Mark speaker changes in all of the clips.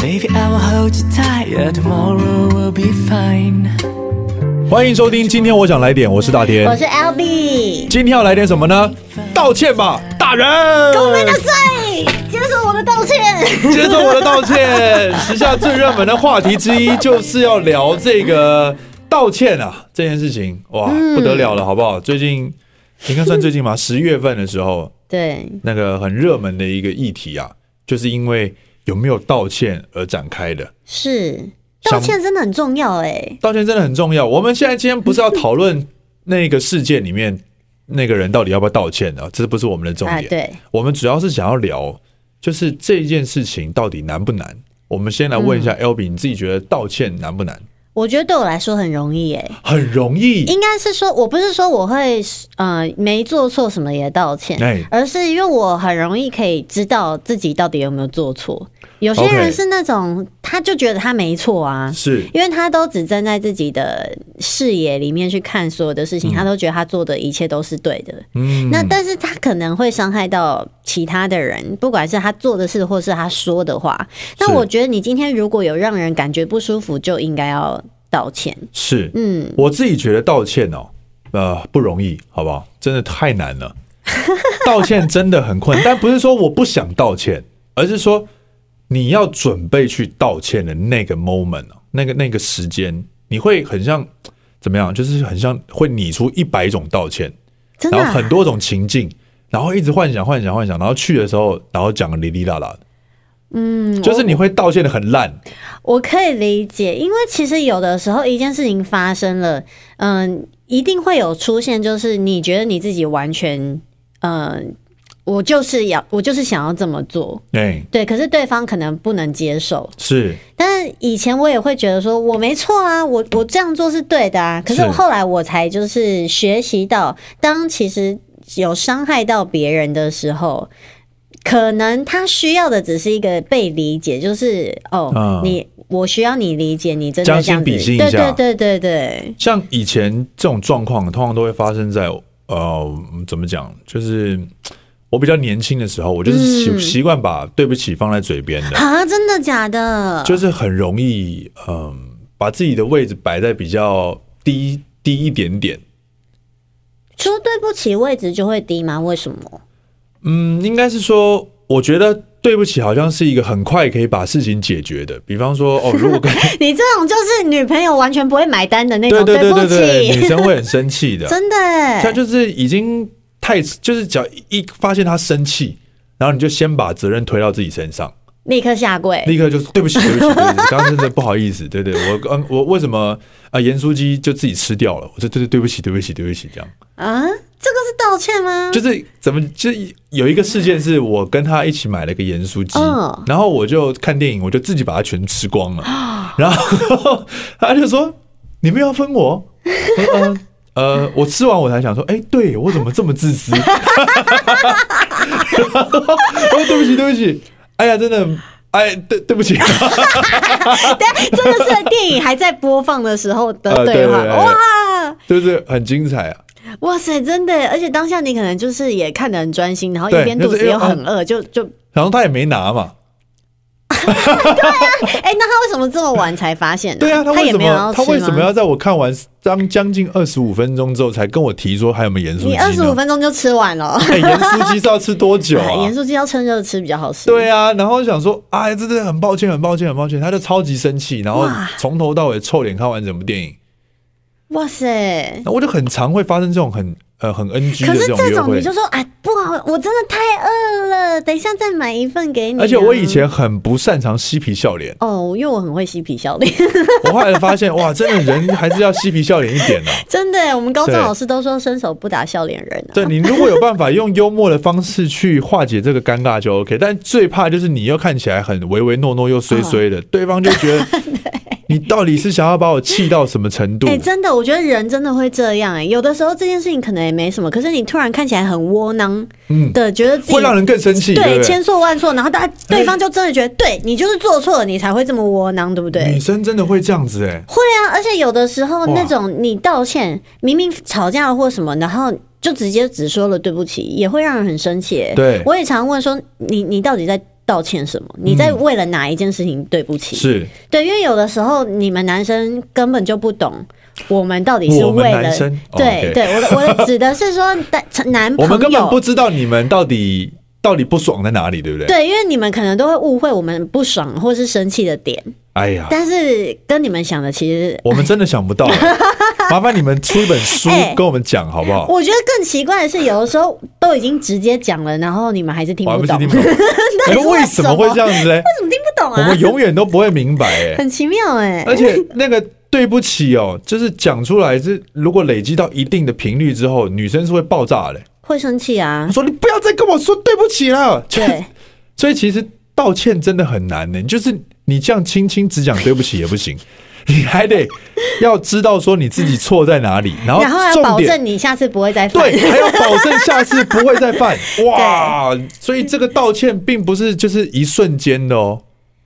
Speaker 1: Maybe I will hold you tight, yeah, tomorrow will be fine.
Speaker 2: 欢迎收听，今天我想来点，我是大
Speaker 3: 我
Speaker 2: 天。
Speaker 3: 是 L B，
Speaker 2: 今天要来点什么呢？道歉吧，大人！嗯
Speaker 3: 我们的罪，接受我的道歉。
Speaker 2: 接受我的道歉。时下最热门的话题之一就是要聊这个道歉啊这件事情，哇，
Speaker 3: 嗯
Speaker 2: 不得了了，好不好？最近应该算最 近吧，十月份的时候，
Speaker 3: 对，
Speaker 2: 那个很热门的一个议题啊，就是因为有没有道歉而展开的。
Speaker 3: 是
Speaker 2: 想
Speaker 3: 道歉真的很重要哎、
Speaker 2: 道歉真的很重要。我们现在今天不是要讨论那个事件里面那个人到底要不要道歉啊，这不是我们的重
Speaker 3: 啊，
Speaker 2: 点。
Speaker 3: 对，
Speaker 2: 我们主要是想要聊，就是这件事情到底难不难？我们先来问一下
Speaker 3: 嗯
Speaker 2: L B，、你自己觉得道歉难不难？
Speaker 3: 我觉得对我来说很容易哎、
Speaker 2: 很容易，
Speaker 3: 应该是说，我不是说我会呃没做错什么也道歉，
Speaker 2: 哎
Speaker 3: 而是因为我很容易可以知道自己到底有没有做错。有些
Speaker 2: OK
Speaker 3: 人是那种他就觉得他没错啊，
Speaker 2: 是
Speaker 3: 因为他都只站在自己的视野里面去看所有的事情，他都觉得他做的一切都是对的。
Speaker 2: 嗯，
Speaker 3: 那但是他可能会伤害到其他的人，不管是他做的事或是他说的话。那
Speaker 2: 是
Speaker 3: 我觉得你今天如果有让人感觉不舒服，就应该要道歉。
Speaker 2: 是
Speaker 3: 嗯，
Speaker 2: 我自己觉得道歉哦，呃，不容易，好不好？真的太难了， 道歉真的很困难。但不是说我不想道歉，而是说你要准备去道歉的那个 moment 哦那个那个时间，你会很像怎么样？就是很像会拟出一百种道歉，
Speaker 3: 真的
Speaker 2: 然
Speaker 3: 啊、
Speaker 2: 后很多种情境，然后一直幻想、幻想、幻想，然后去的时候，然后讲的哩哩啦啦的。嗯，就是你会道歉的很烂，
Speaker 3: 我可以理解，因为其实有的时候一件事情发生了，嗯，一定会有出现，就是你觉得你自己完全，嗯，我就是要，我就是想要这么做，
Speaker 2: 哎、
Speaker 3: 对，可是对方可能不能接受。
Speaker 2: 是
Speaker 3: 但是以前我也会觉得说，我没错啊，我我这样做是对的啊。可是我
Speaker 2: 是
Speaker 3: 后来我才就是学习到，当其实有伤害到别人的时候。可能他需要的只是一个被理解，就是哦，
Speaker 2: 嗯
Speaker 3: 你我需要你理解，你真
Speaker 2: 将
Speaker 3: 的这
Speaker 2: 心
Speaker 3: 样子，
Speaker 2: 比心一
Speaker 3: 对
Speaker 2: 下
Speaker 3: 对对对对，
Speaker 2: 像以前这种状况，通常都会发生在呃，嗯怎么讲？就是我比较年轻的时候，我就是习
Speaker 3: 嗯
Speaker 2: 习惯把对不起放在嘴边的，
Speaker 3: 啊，真的假的？
Speaker 2: 就是很容易嗯、把自己的位置摆在比较低低一点点。
Speaker 3: 说对不起，位置就会低吗？为什么？
Speaker 2: 嗯，应该是说，我觉得对不起好像是一个很快可以把事情解决的，比方说 哦，如果跟
Speaker 3: 你这种就是女朋友完全不会买单的那
Speaker 2: 对
Speaker 3: 种，
Speaker 2: 对对
Speaker 3: 不
Speaker 2: 对对，女
Speaker 3: 起，
Speaker 2: 生会很生气的，
Speaker 3: 真的欸，
Speaker 2: 他就是已经太，就是只要一发现他生气，然后你就先把责任推到自己身上，
Speaker 3: 立刻下跪，
Speaker 2: 立刻就说对不起，对不起，对不起， 刚刚真的不好意思，对对，我刚我为什么啊盐酥鸡就自己吃掉了？我说对对对不起，对不起，对不起，这样
Speaker 3: 啊，这个是道歉吗？
Speaker 2: 就是怎么就是有一个事件是我跟他一起买了个盐酥鸡
Speaker 3: 嗯，
Speaker 2: 然后我就看电影，我就自己把它全吃光了，然后他就说你们要分我，我说呃呃，我吃完我才想说，哎、对我怎么这么自私？ 哦，对不起，对不起，哎呀，真的，哎，对对不起，
Speaker 3: 对，这个是电影还在播放的时候 的
Speaker 2: 呃
Speaker 3: 对话。
Speaker 2: 对对对
Speaker 3: 哇，
Speaker 2: 就是很精彩啊。
Speaker 3: 哇塞，真的！而且当下你可能就是也看得很专心，然后
Speaker 2: 对
Speaker 3: 一边肚
Speaker 2: 就是
Speaker 3: 子
Speaker 2: 因为
Speaker 3: 又很饿，就就
Speaker 2: 然后他也没拿嘛，
Speaker 3: 哎，那他为什么这么晚才发现呢？
Speaker 2: 对啊，他
Speaker 3: 他
Speaker 2: 为
Speaker 3: 也
Speaker 2: 什
Speaker 3: 没有要
Speaker 2: 么他
Speaker 3: 吃
Speaker 2: 为什么
Speaker 3: 吗？
Speaker 2: 要在我看完将将近二十五分钟之后才跟我提说还有没有盐酥鸡
Speaker 3: 你
Speaker 2: 呢？
Speaker 3: 二十五分钟就吃完了，
Speaker 2: 哎，盐酥鸡是要吃多久啊
Speaker 3: 盐？酥鸡要趁热吃比较好吃。
Speaker 2: 对啊，然后想说，哎，真的很抱歉，很抱歉，很抱歉，他就超级生气，然后
Speaker 3: 哇
Speaker 2: 从头到尾臭脸看完整部电影。
Speaker 3: 哇塞！
Speaker 2: 那我就很常会发生这种很呃很 NG
Speaker 3: 可
Speaker 2: 的
Speaker 3: 是
Speaker 2: 种
Speaker 3: 这
Speaker 2: 约
Speaker 3: 种
Speaker 2: 会
Speaker 3: 你就，说哎不好，我真的太饿了，等一下再买一份给你啊。，
Speaker 2: 而且我以前很不擅长嬉皮笑脸
Speaker 3: 哦，因为我很会嬉皮笑脸，
Speaker 2: 我后来发现，哇，真的人还是要嬉皮笑脸一点啊的、
Speaker 3: 真的，我们高中
Speaker 2: 对
Speaker 3: 老师都说伸手不打笑脸 人啊。
Speaker 2: 对你如果有办法用幽默的方式去化解这个尴尬就 OK，但最怕就是你又看起来很唯唯诺诺又衰衰
Speaker 3: 啊
Speaker 2: 的，对方就 觉得你到底是想要把我气到什么程度？
Speaker 3: 哎、真的，我觉得人真的会这样哎、有的时候这件事情可能也没什么，可是你突然看起来很窝囊，
Speaker 2: 嗯
Speaker 3: 的，觉得自己
Speaker 2: 会让人更生气，对
Speaker 3: 对
Speaker 2: 不对
Speaker 3: 千？错万错，然后大家对方就真的觉得，对你就是做错了，你才会这么窝囊，对不对？
Speaker 2: 女生真的会这样子哎、
Speaker 3: 会啊，而且有的时候
Speaker 2: 哇
Speaker 3: 那种你道歉，明明吵架了或什么，然后就直接只说了对不起，也会让人很生气、哎
Speaker 2: 对
Speaker 3: 我也常问说你你到底在道歉什么，你在
Speaker 2: 嗯
Speaker 3: 为了哪一件事情对不起？
Speaker 2: 是
Speaker 3: 对，因为有的时候你们男生根本就不懂我们到底是
Speaker 2: 我们
Speaker 3: 为
Speaker 2: 男
Speaker 3: 了
Speaker 2: 生哦
Speaker 3: 对、
Speaker 2: OK
Speaker 3: 对，我的我 的指的是说男男
Speaker 2: 我
Speaker 3: 朋
Speaker 2: 们根本
Speaker 3: 友
Speaker 2: 不知道你们到底到底不爽在哪里，对不对？，
Speaker 3: 对，因为你们可能都会误会我们不爽或是生气的点，
Speaker 2: 哎呀，
Speaker 3: 但是跟你们想的其实。
Speaker 2: 我们真的想不到，哎 麻烦你们出一本书
Speaker 3: 哎
Speaker 2: 跟我们讲好不好？
Speaker 3: 我觉得更奇怪的是，有的时候都已经直接讲了，然后你们还是听
Speaker 2: 我还
Speaker 3: 不
Speaker 2: 不是
Speaker 3: 懂，
Speaker 2: 听 不懂，
Speaker 3: 底
Speaker 2: 你
Speaker 3: 是
Speaker 2: 们为什么会
Speaker 3: 为什么
Speaker 2: 这样子嘞？
Speaker 3: 怎么听不懂
Speaker 2: 我
Speaker 3: 啊
Speaker 2: 们？永远都不会明白哎、
Speaker 3: 很奇妙哎、
Speaker 2: 而且那个对不起哦，就是讲出来是，如果累积到一定的频率之后，女生是会爆炸的。
Speaker 3: 会生气啊
Speaker 2: 她？说：“你不要再跟我说对不起了。”
Speaker 3: 对，
Speaker 2: 所以其实道歉真的很难呢，就是你这样轻轻只讲对不起也不行，你还得要知道说你自己错在哪里，然后
Speaker 3: 然后要
Speaker 2: 重
Speaker 3: 保
Speaker 2: 点。
Speaker 3: 证你下次不会再犯。
Speaker 2: 对，还要保证下次不会再犯哇！所以这个道歉并不是就是一瞬间的哦，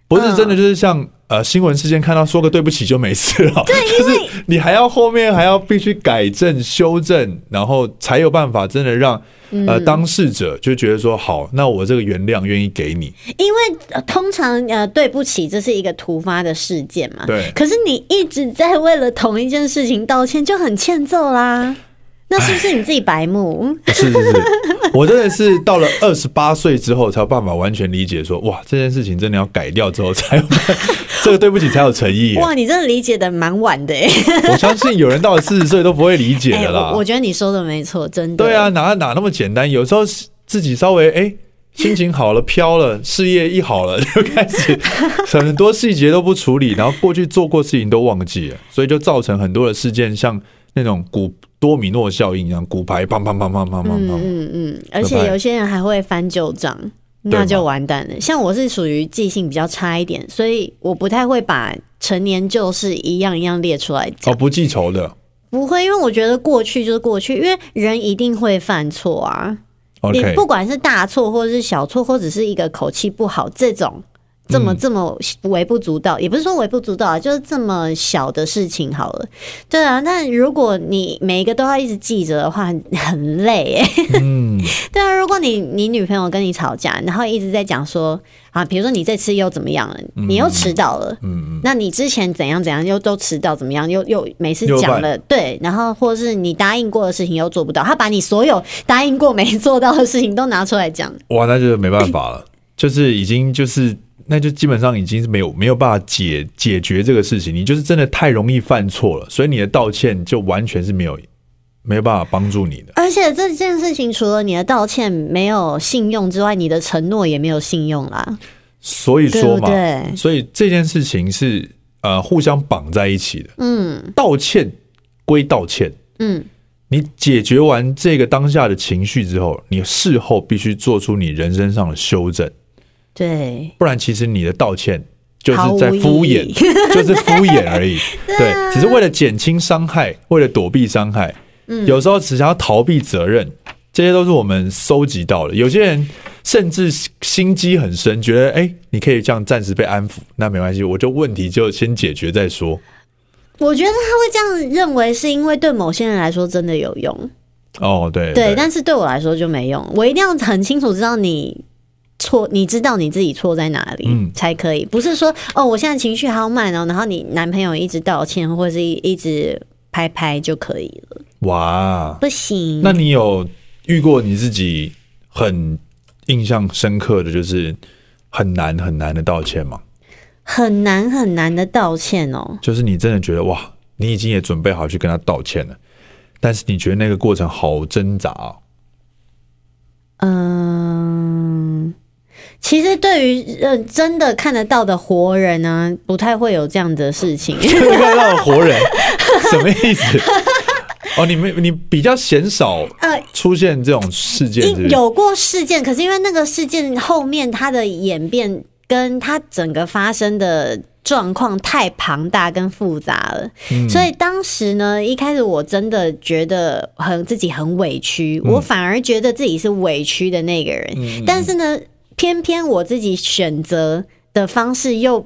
Speaker 2: 不是真的就是像、呃新闻事件看到说个对不起就没事了，对， 就是你还要后面还要必须改正修正，然后才有办法真的让呃当事者就觉得说好，那我这个原谅愿意给你，
Speaker 3: 因为、呃通常呃，对不起，这是一个突发的事件嘛。
Speaker 2: 对
Speaker 3: 可是你一直在为了同一件事情道歉，就很欠揍啦。那是不是你自己白 目？
Speaker 2: 是是是，我真的是到了二十八岁之后才有办法完全理解说，哇，这件事情真的要改掉之后才有办 这个对不起才有诚意耶。
Speaker 3: 哇，你真的理解的蛮晚的哎、
Speaker 2: 我相信有人到了四十岁都不会理解
Speaker 3: 哎
Speaker 2: 的啦
Speaker 3: 我。我觉得你说的没错，真的。
Speaker 2: 对啊，，哪哪那么简单？有时候是自己稍微哎、心情好了，飘了，事业一好了， 就开始很多细节都不处理，然后过去做过事情都忘记了，所以就造成很多的事件，像那种骨多米诺效应一样，骨牌砰砰砰砰砰砰砰。
Speaker 3: 嗯嗯，而
Speaker 2: 拜
Speaker 3: 且
Speaker 2: 拜
Speaker 3: 有些人还会翻旧账，
Speaker 2: 对
Speaker 3: 那
Speaker 2: 嘛
Speaker 3: 就完蛋了。像我是属于记性比较差一点，所以我不太会把陈年旧事一样一样列出来讲。
Speaker 2: 哦，不记仇的。
Speaker 3: 不会，因为我觉得过去就是过去，因为人一定会犯错啊。你
Speaker 2: OK，
Speaker 3: 不管是大错或者是小错，或者是一个口气不好这种。这么这么微不足道，也不是说微不足道啊，就是这么小的事情好了。对啊，但如果你每一个都要一直记着的话，很很累耶。
Speaker 2: 嗯，
Speaker 3: 对啊，如果你你女朋友跟你吵架，然后一直在讲说啊，比如说你这次又怎么样了，你又迟到了，嗯，那你之前怎样怎样又都迟到怎么样，又又每次
Speaker 2: 又
Speaker 3: 讲
Speaker 2: 犯
Speaker 3: 了对，然后或是你答应过的事情又做不到，他把你所有答应过没做到的事情都拿出来讲，
Speaker 2: 哇，那就没办法了， 就是已经就是，那就基本上已经是没有没有办法解解决这个事情，你就是真的太容易犯错了，所以你的道歉就完全是没有没有办法帮助你的。
Speaker 3: 而且这件事情除了你的道歉没有信用之外，你的承诺也没有信用啦，
Speaker 2: 所以
Speaker 3: 对
Speaker 2: 说
Speaker 3: 不
Speaker 2: 嘛，
Speaker 3: 对？
Speaker 2: 所以这件事情是呃互相绑在一起的。嗯，道歉归道歉，
Speaker 3: 嗯，
Speaker 2: 你解决完这个当下的情绪之后，你事后必须做出你人生上的修正。
Speaker 3: 对，
Speaker 2: 不然其实你的道歉就是
Speaker 3: 毫无
Speaker 2: 在敷
Speaker 3: 意
Speaker 2: 衍
Speaker 3: 义， 啊
Speaker 2: 就是敷衍而已。对，只是为了减轻伤害，为了躲避伤害，
Speaker 3: 嗯
Speaker 2: 有时候只想要逃避责任，这些都是我们收集到的。有些人甚至心机很深，觉得哎、你可以这样暂时被安抚，那没关系，我就问题就先解决再说。
Speaker 3: 我觉得他会这样认为，是因为对某些人来说真的有用。
Speaker 2: 哦，对
Speaker 3: 对，但是对我来说就没用，我一定要很清楚知道你错，你知道你自己错在哪里、
Speaker 2: 嗯
Speaker 3: 才可以，不是说哦，我现在情绪好满哦，然后你男朋友一直道歉或者是一一直拍拍就可以了，
Speaker 2: 哇，
Speaker 3: 不行。
Speaker 2: 那你有遇过你自己很印象深刻的就是很难很难的道歉吗？
Speaker 3: 很难很难的道歉哦，
Speaker 2: 就是你真的觉得哇，你已经也准备好去跟他道歉了，但是你觉得那个过程好挣扎、哦，
Speaker 3: 嗯。其实对于呃真的看得到的活人呢、不太会有这样的事情。
Speaker 2: 看到活人， 什么意思？哦，你没你比较鲜少
Speaker 3: 呃，
Speaker 2: 出现这种事件是不
Speaker 3: 因
Speaker 2: 是，
Speaker 3: 有过事件，可是因为那个事件后面它的演变跟它整个发生的状况太庞大跟复杂了，
Speaker 2: 嗯
Speaker 3: 所以当时呢，一开始我真的觉得很自己很委屈，
Speaker 2: 嗯
Speaker 3: 我反而觉得自己是委屈的那个人，但是呢，偏偏我自己选择的方式又。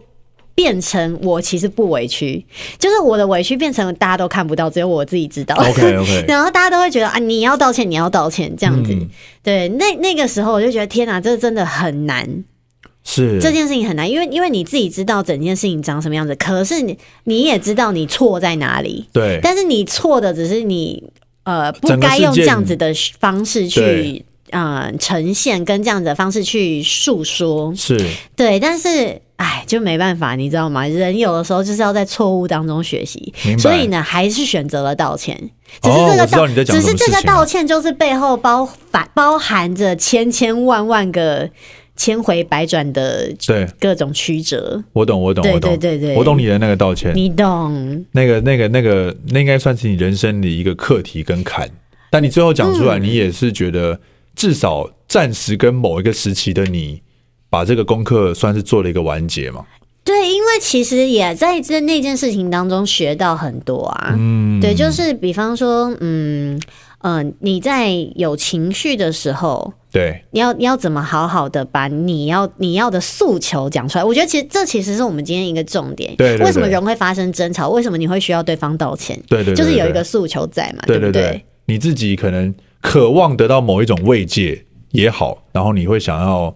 Speaker 3: 变成我其实不委屈，就是我的委屈变成大家都看不到，只有我自己知道。
Speaker 2: OK OK，
Speaker 3: 然后大家都会觉得啊，你要道
Speaker 2: 嗯
Speaker 3: 歉，你要道歉这样子。对，那那个时候我就觉得天哪，这真的很难。
Speaker 2: 是
Speaker 3: 这件事情很难，因为因为你自己知道整件事情长什么样子，可是你你也知道你错在哪里，
Speaker 2: 对，
Speaker 3: 但是你错的只是你呃不
Speaker 2: 整个
Speaker 3: 该
Speaker 2: 事
Speaker 3: 用这
Speaker 2: 件
Speaker 3: 样子的方式去
Speaker 2: 对
Speaker 3: 呃呈现，跟这样子的方式去诉说，
Speaker 2: 是
Speaker 3: 对，但是哎就没办法，你知道吗？人有的时候就是要在错误当中学习
Speaker 2: 明，白
Speaker 3: 所以呢还是选择了道歉，只是
Speaker 2: 哦
Speaker 3: 这个
Speaker 2: 我知
Speaker 3: 道，
Speaker 2: 道你在讲
Speaker 3: 只是
Speaker 2: 什么
Speaker 3: 这
Speaker 2: 事
Speaker 3: 个
Speaker 2: 情啊
Speaker 3: 道歉就是背后包反包含着千千万万个千回百转的
Speaker 2: 对，
Speaker 3: 各种曲折，
Speaker 2: 我懂，我懂，
Speaker 3: 对
Speaker 2: 我懂，
Speaker 3: 对对对
Speaker 2: 我懂你的那个道歉，
Speaker 3: 你懂？
Speaker 2: 那个、那个、那个，那应该算是你人生的一个课题跟坎。但你最后讲出
Speaker 3: 嗯
Speaker 2: 来，你也是觉得至少暂时跟某一个时期的你，把这个功课算是做了一个完结嘛？
Speaker 3: 对，因为其实也在这那件事情当中学到很多啊。
Speaker 2: 嗯，
Speaker 3: 对，就是比方说，嗯嗯、呃你在有情绪的时候，
Speaker 2: 对，
Speaker 3: 你要你要怎么好好的把你要你要的诉求讲出来？我觉得其实这其实是我们今天一个重点。
Speaker 2: 对对对
Speaker 3: 为什么人会发生争吵？为什么你会需要对方道歉？
Speaker 2: 对对对
Speaker 3: 就是
Speaker 2: 对
Speaker 3: 有一
Speaker 2: 对
Speaker 3: 个诉求在嘛，
Speaker 2: 对
Speaker 3: 呃不
Speaker 2: 对对，你自己可能渴望得到某一种慰藉也好，然后你会想要，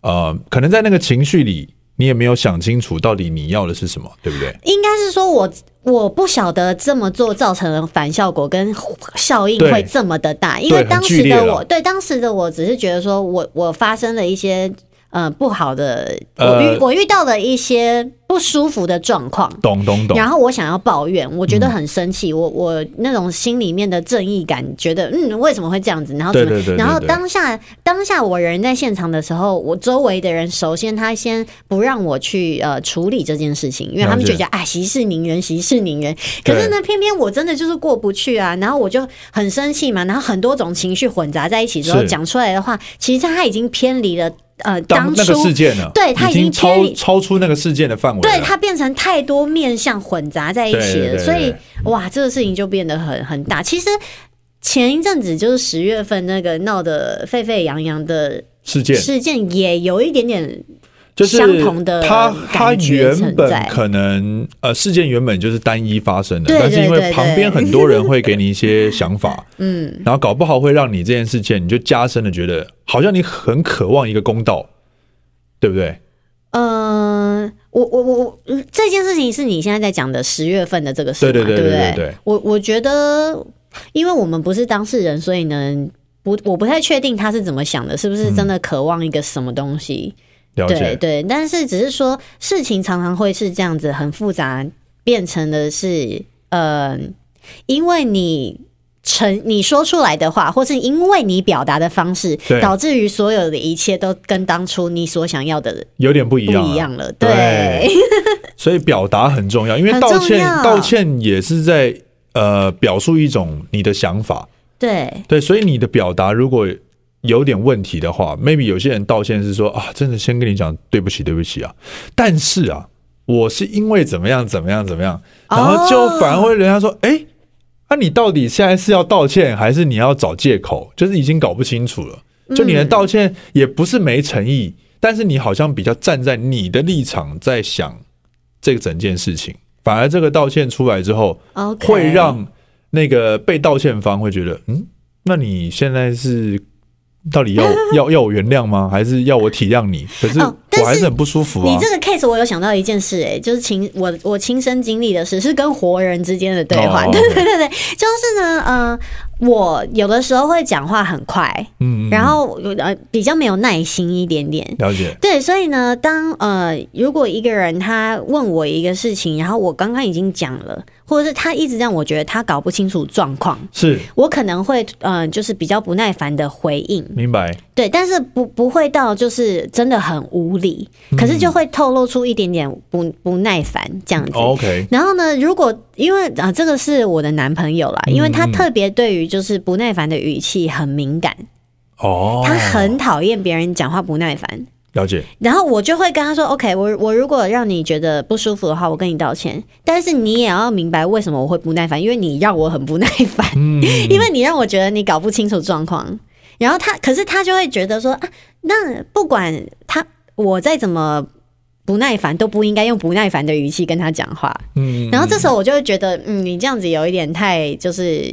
Speaker 2: 呃，可能在那个情绪里，你也没有想清楚到底你要的是什么，对不对？
Speaker 3: 应该是说我我不晓得这么做造成了反效果跟效应
Speaker 2: 对
Speaker 3: 会这么的大，因为
Speaker 2: 很
Speaker 3: 当
Speaker 2: 剧
Speaker 3: 时
Speaker 2: 烈啊
Speaker 3: 的
Speaker 2: 了
Speaker 3: 我对当时的我只是觉得说我我发生了一些呃不好的，我
Speaker 2: 呃
Speaker 3: 遇我遇到了一些不舒服的状况。
Speaker 2: 懂懂懂嗯
Speaker 3: 然，后我想要抱怨，我觉得很生气，我我那种心里面的正义感，觉得嗯为什么会这样子？然后怎么？
Speaker 2: 对对对对
Speaker 3: 然后
Speaker 2: 对
Speaker 3: 当下当下我人在现场的时候，我周围的人首先他先不让我去呃处理这件事情，因为他们
Speaker 2: 了
Speaker 3: 就
Speaker 2: 解
Speaker 3: 觉得哎息事宁人，息事宁人。可是呢，偏偏我真的就是过不去啊，然后我就很生气嘛，然后很多种情绪混杂在一起之后
Speaker 2: 是
Speaker 3: 讲出来的话，其实他已经偏离了呃
Speaker 2: 当那
Speaker 3: 初
Speaker 2: 个事件呢，
Speaker 3: 对他已
Speaker 2: 已经
Speaker 3: 经偏
Speaker 2: 超
Speaker 3: 离
Speaker 2: 超出那个事件的范围了，
Speaker 3: 对它变成太多面相混杂在一起了，
Speaker 2: 对对对
Speaker 3: 所以
Speaker 2: 对
Speaker 3: 哇，这个事情就变得很很大。其实前一阵子就是十月份那个闹得沸沸扬扬的
Speaker 2: 事件
Speaker 3: 事件，也有一点点
Speaker 2: 就是
Speaker 3: 相同的
Speaker 2: 它它
Speaker 3: 感觉存
Speaker 2: 原
Speaker 3: 在
Speaker 2: 本可能呃事件原本就是单一发生的，
Speaker 3: 对
Speaker 2: 但是因
Speaker 3: 对对
Speaker 2: 为
Speaker 3: 对
Speaker 2: 旁边很多人会给你一些想法，
Speaker 3: 嗯，
Speaker 2: 然后搞不好会让你这件事情你就加深了觉得好像你很渴望一个公道，对不对？
Speaker 3: 呃，我我我我嗯这件事情是你现在在讲的十月份的这个事嘛，
Speaker 2: 对对
Speaker 3: 不
Speaker 2: 对对对
Speaker 3: 对
Speaker 2: 对
Speaker 3: 我我觉得，因为我们不是当事人，所以呢。不，我不太确定他是怎么想的，是不是真
Speaker 2: 嗯
Speaker 3: 的渴望一个什么东西？
Speaker 2: 了
Speaker 3: 对
Speaker 2: 解，
Speaker 3: 对，但是只是说事情常常会是这样子，很复杂，变成的是，呃，因为你成你说出来的话，或是因为你表达的方式，
Speaker 2: 对
Speaker 3: 导致于所有的一切都跟当初你所想要的
Speaker 2: 有点不一
Speaker 3: 不
Speaker 2: 样、啊
Speaker 3: 一样。了。对，，
Speaker 2: 所以表达很重要，因为
Speaker 3: 很
Speaker 2: 道
Speaker 3: 重
Speaker 2: 歉
Speaker 3: 要
Speaker 2: 道歉也是在呃表述一种你的想法，
Speaker 3: 对，
Speaker 2: 对，所以你的表达如果有点问题的话，maybe 有些人道歉是说啊，真的先跟你讲对不起，对不起啊。但是啊，我是因为怎么样怎么样怎么样，然后就反而会人家说，哎、那、你到底现在是要道歉，还是你要找借口？就是已经搞不清楚了。就你的道歉也不是没诚意，但是你好像比较站在你的立场在想这个整件事情，反而这个道歉出来之后
Speaker 3: OK
Speaker 2: 会让那个被道歉方会觉得，嗯，那你现在是到 底要要要我原谅吗？还是要我体谅你？可是
Speaker 3: 哦但是
Speaker 2: 我还是很不舒服啊
Speaker 3: 你。这个 case 我有想到一件事、哎，就是亲我我亲身经历的事，是跟活人之间的对话。
Speaker 2: 哦
Speaker 3: 对对对对，就是呢，嗯、我有的时候会讲话很快，
Speaker 2: 嗯，嗯
Speaker 3: 然后呃比较没有耐心一点点。
Speaker 2: 了解，
Speaker 3: 对，所以呢，当呃，如果一个人他问我一个事情，然后我刚刚已经讲了，或者是他一直让我觉得他搞不清楚状况，
Speaker 2: 是
Speaker 3: 我可能会呃，就是比较不耐烦的回应，
Speaker 2: 明白，
Speaker 3: 对，但是不不会到就是真的很无理，
Speaker 2: 嗯
Speaker 3: 可是就会透露出一点点不不耐烦这样子。
Speaker 2: 哦 OK，
Speaker 3: 然后呢，如果因为啊、这个是我的男朋友啦，因为他
Speaker 2: 嗯嗯
Speaker 3: 特别对于就是不耐烦的语气很敏感，
Speaker 2: 哦，
Speaker 3: 他很讨厌别人讲话不耐烦。
Speaker 2: 了解，
Speaker 3: 然后我就会跟他说：“OK，我我如果让你觉得不舒服的话，我跟你道歉。但是你也要明白为什么我会不耐烦，因为你让我很不耐烦，
Speaker 2: 嗯，
Speaker 3: 因为你让我觉得你搞不清楚状况。然后他，可是他就会觉得说啊，那不管他我再怎么不耐烦，都不应该用不耐烦的语气跟他讲话。
Speaker 2: 嗯，
Speaker 3: 然后这时候我就会觉得，嗯，你这样子有一点太就是。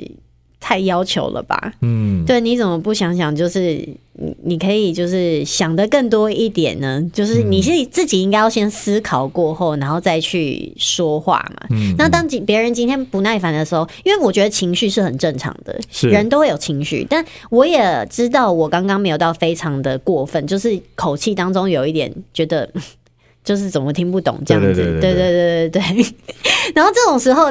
Speaker 3: 太要求了吧？
Speaker 2: 嗯，
Speaker 3: 对，你怎么不想想，就是你你可以就是想的更多一点呢？就是你是自己应该要先思考过后，然后再去说话嘛。
Speaker 2: 嗯
Speaker 3: 那当今别人今天不耐烦的时候，因为我觉得情绪是很正常的，
Speaker 2: 是
Speaker 3: 人都会有情绪，但我也知道我刚刚没有到非常的过分，就是口气当中有一点觉得。 就是怎么听不懂这样子，
Speaker 2: 对对对对
Speaker 3: 对对对对 对然后这种时候，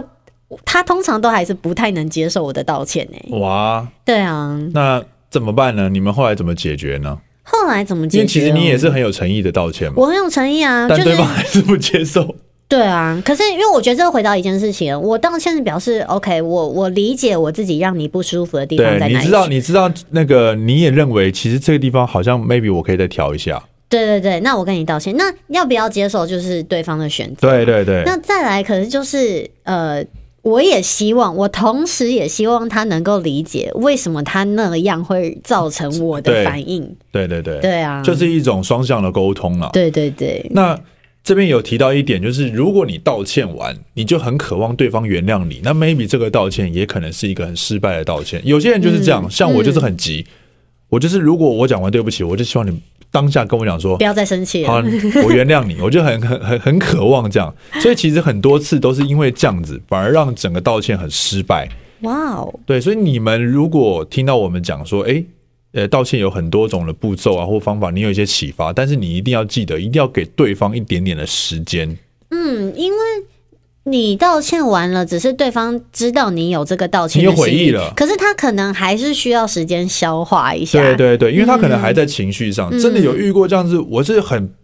Speaker 3: 他通常都还是不太能接受我的道歉呢、
Speaker 2: 哇，
Speaker 3: 对啊，
Speaker 2: 那怎么办呢？你们后来怎么解决呢？
Speaker 3: 后来怎么解
Speaker 2: 因
Speaker 3: 决
Speaker 2: 为
Speaker 3: 哦？
Speaker 2: 其实你也是很有诚意的道歉嘛，
Speaker 3: 我很有诚意啊，就
Speaker 2: 但对
Speaker 3: 是
Speaker 2: 方还是不接 受。
Speaker 3: 对啊。可是因为我觉得这个回到一件事情，我道歉是表示 OK，我我理解我自己让你不舒服的地方
Speaker 2: 对
Speaker 3: 在，
Speaker 2: 你
Speaker 3: 哪里。
Speaker 2: 知道，你知道那个，你也认为其实这个地方好像 maybe 我可以再调一下。
Speaker 3: 对对对，那我跟你道歉。那要不要接受就是对方的选择？
Speaker 2: 对对对，
Speaker 3: 那再来，可是就是呃。我也希望，我同时也希望他能够理解为什么他那样会造成我
Speaker 2: 对
Speaker 3: 的反应。
Speaker 2: 对对对，
Speaker 3: 对啊，
Speaker 2: 就是一种双向的沟通了。
Speaker 3: 对对对，
Speaker 2: 那这边有提到一点，就是如果你道歉完，你就很渴望对方原谅你，那 maybe 这个道歉也可能是一个很失败的道歉。有些人就是这
Speaker 3: 嗯
Speaker 2: 样，像我就是很急，我就是如果我讲完对不起，我就希望你当下跟我讲 说
Speaker 3: 不。要再生气
Speaker 2: 好
Speaker 3: 了。，
Speaker 2: 我原谅 你，我就很很很很渴望这样，所以其实很多次都是因为这样子，反而让整个道歉很失败。
Speaker 3: 哇哦，
Speaker 2: 对，所以你们如果听到我们讲说，诶，呃，道歉有很多种的步骤啊或方法，你有一些启发，但是你一定要记得，一定要给对方一点点的时间。
Speaker 3: 嗯，因为你道歉完了，只是对方知道你有这个道歉
Speaker 2: 你
Speaker 3: 的
Speaker 2: 有悔
Speaker 3: 心
Speaker 2: 意
Speaker 3: 意
Speaker 2: 了
Speaker 3: 可是他可能还是需要时间消化一下。
Speaker 2: 对对对，因为他可能还在情绪上，真的有遇过这样子，我是很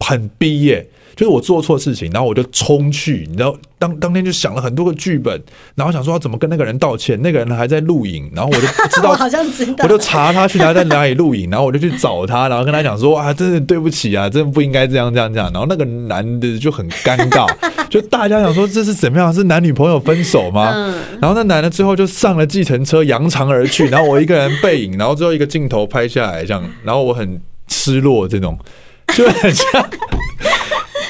Speaker 2: 很逼耶、就是我做错事情，然后我就冲去，你知道，当当天就想了很多个剧本，然后想说要怎么跟那个人道歉，那个人还在录影，然后我就不知道
Speaker 3: 我好像知道
Speaker 2: 我，就查他去哪在哪里录影，然后我就去找他，然后跟他讲说啊，真的对不起啊，真的不应该这样这样这样。然后那个男的就很尴 尬，就大家想说这是怎么样？是男女朋友分手吗？
Speaker 3: 嗯
Speaker 2: 然后那男的最后就上了计程车，扬长而去，然后我一个人背影，然后最后一个镜头拍下来这样，然后我很失落，这种就很像，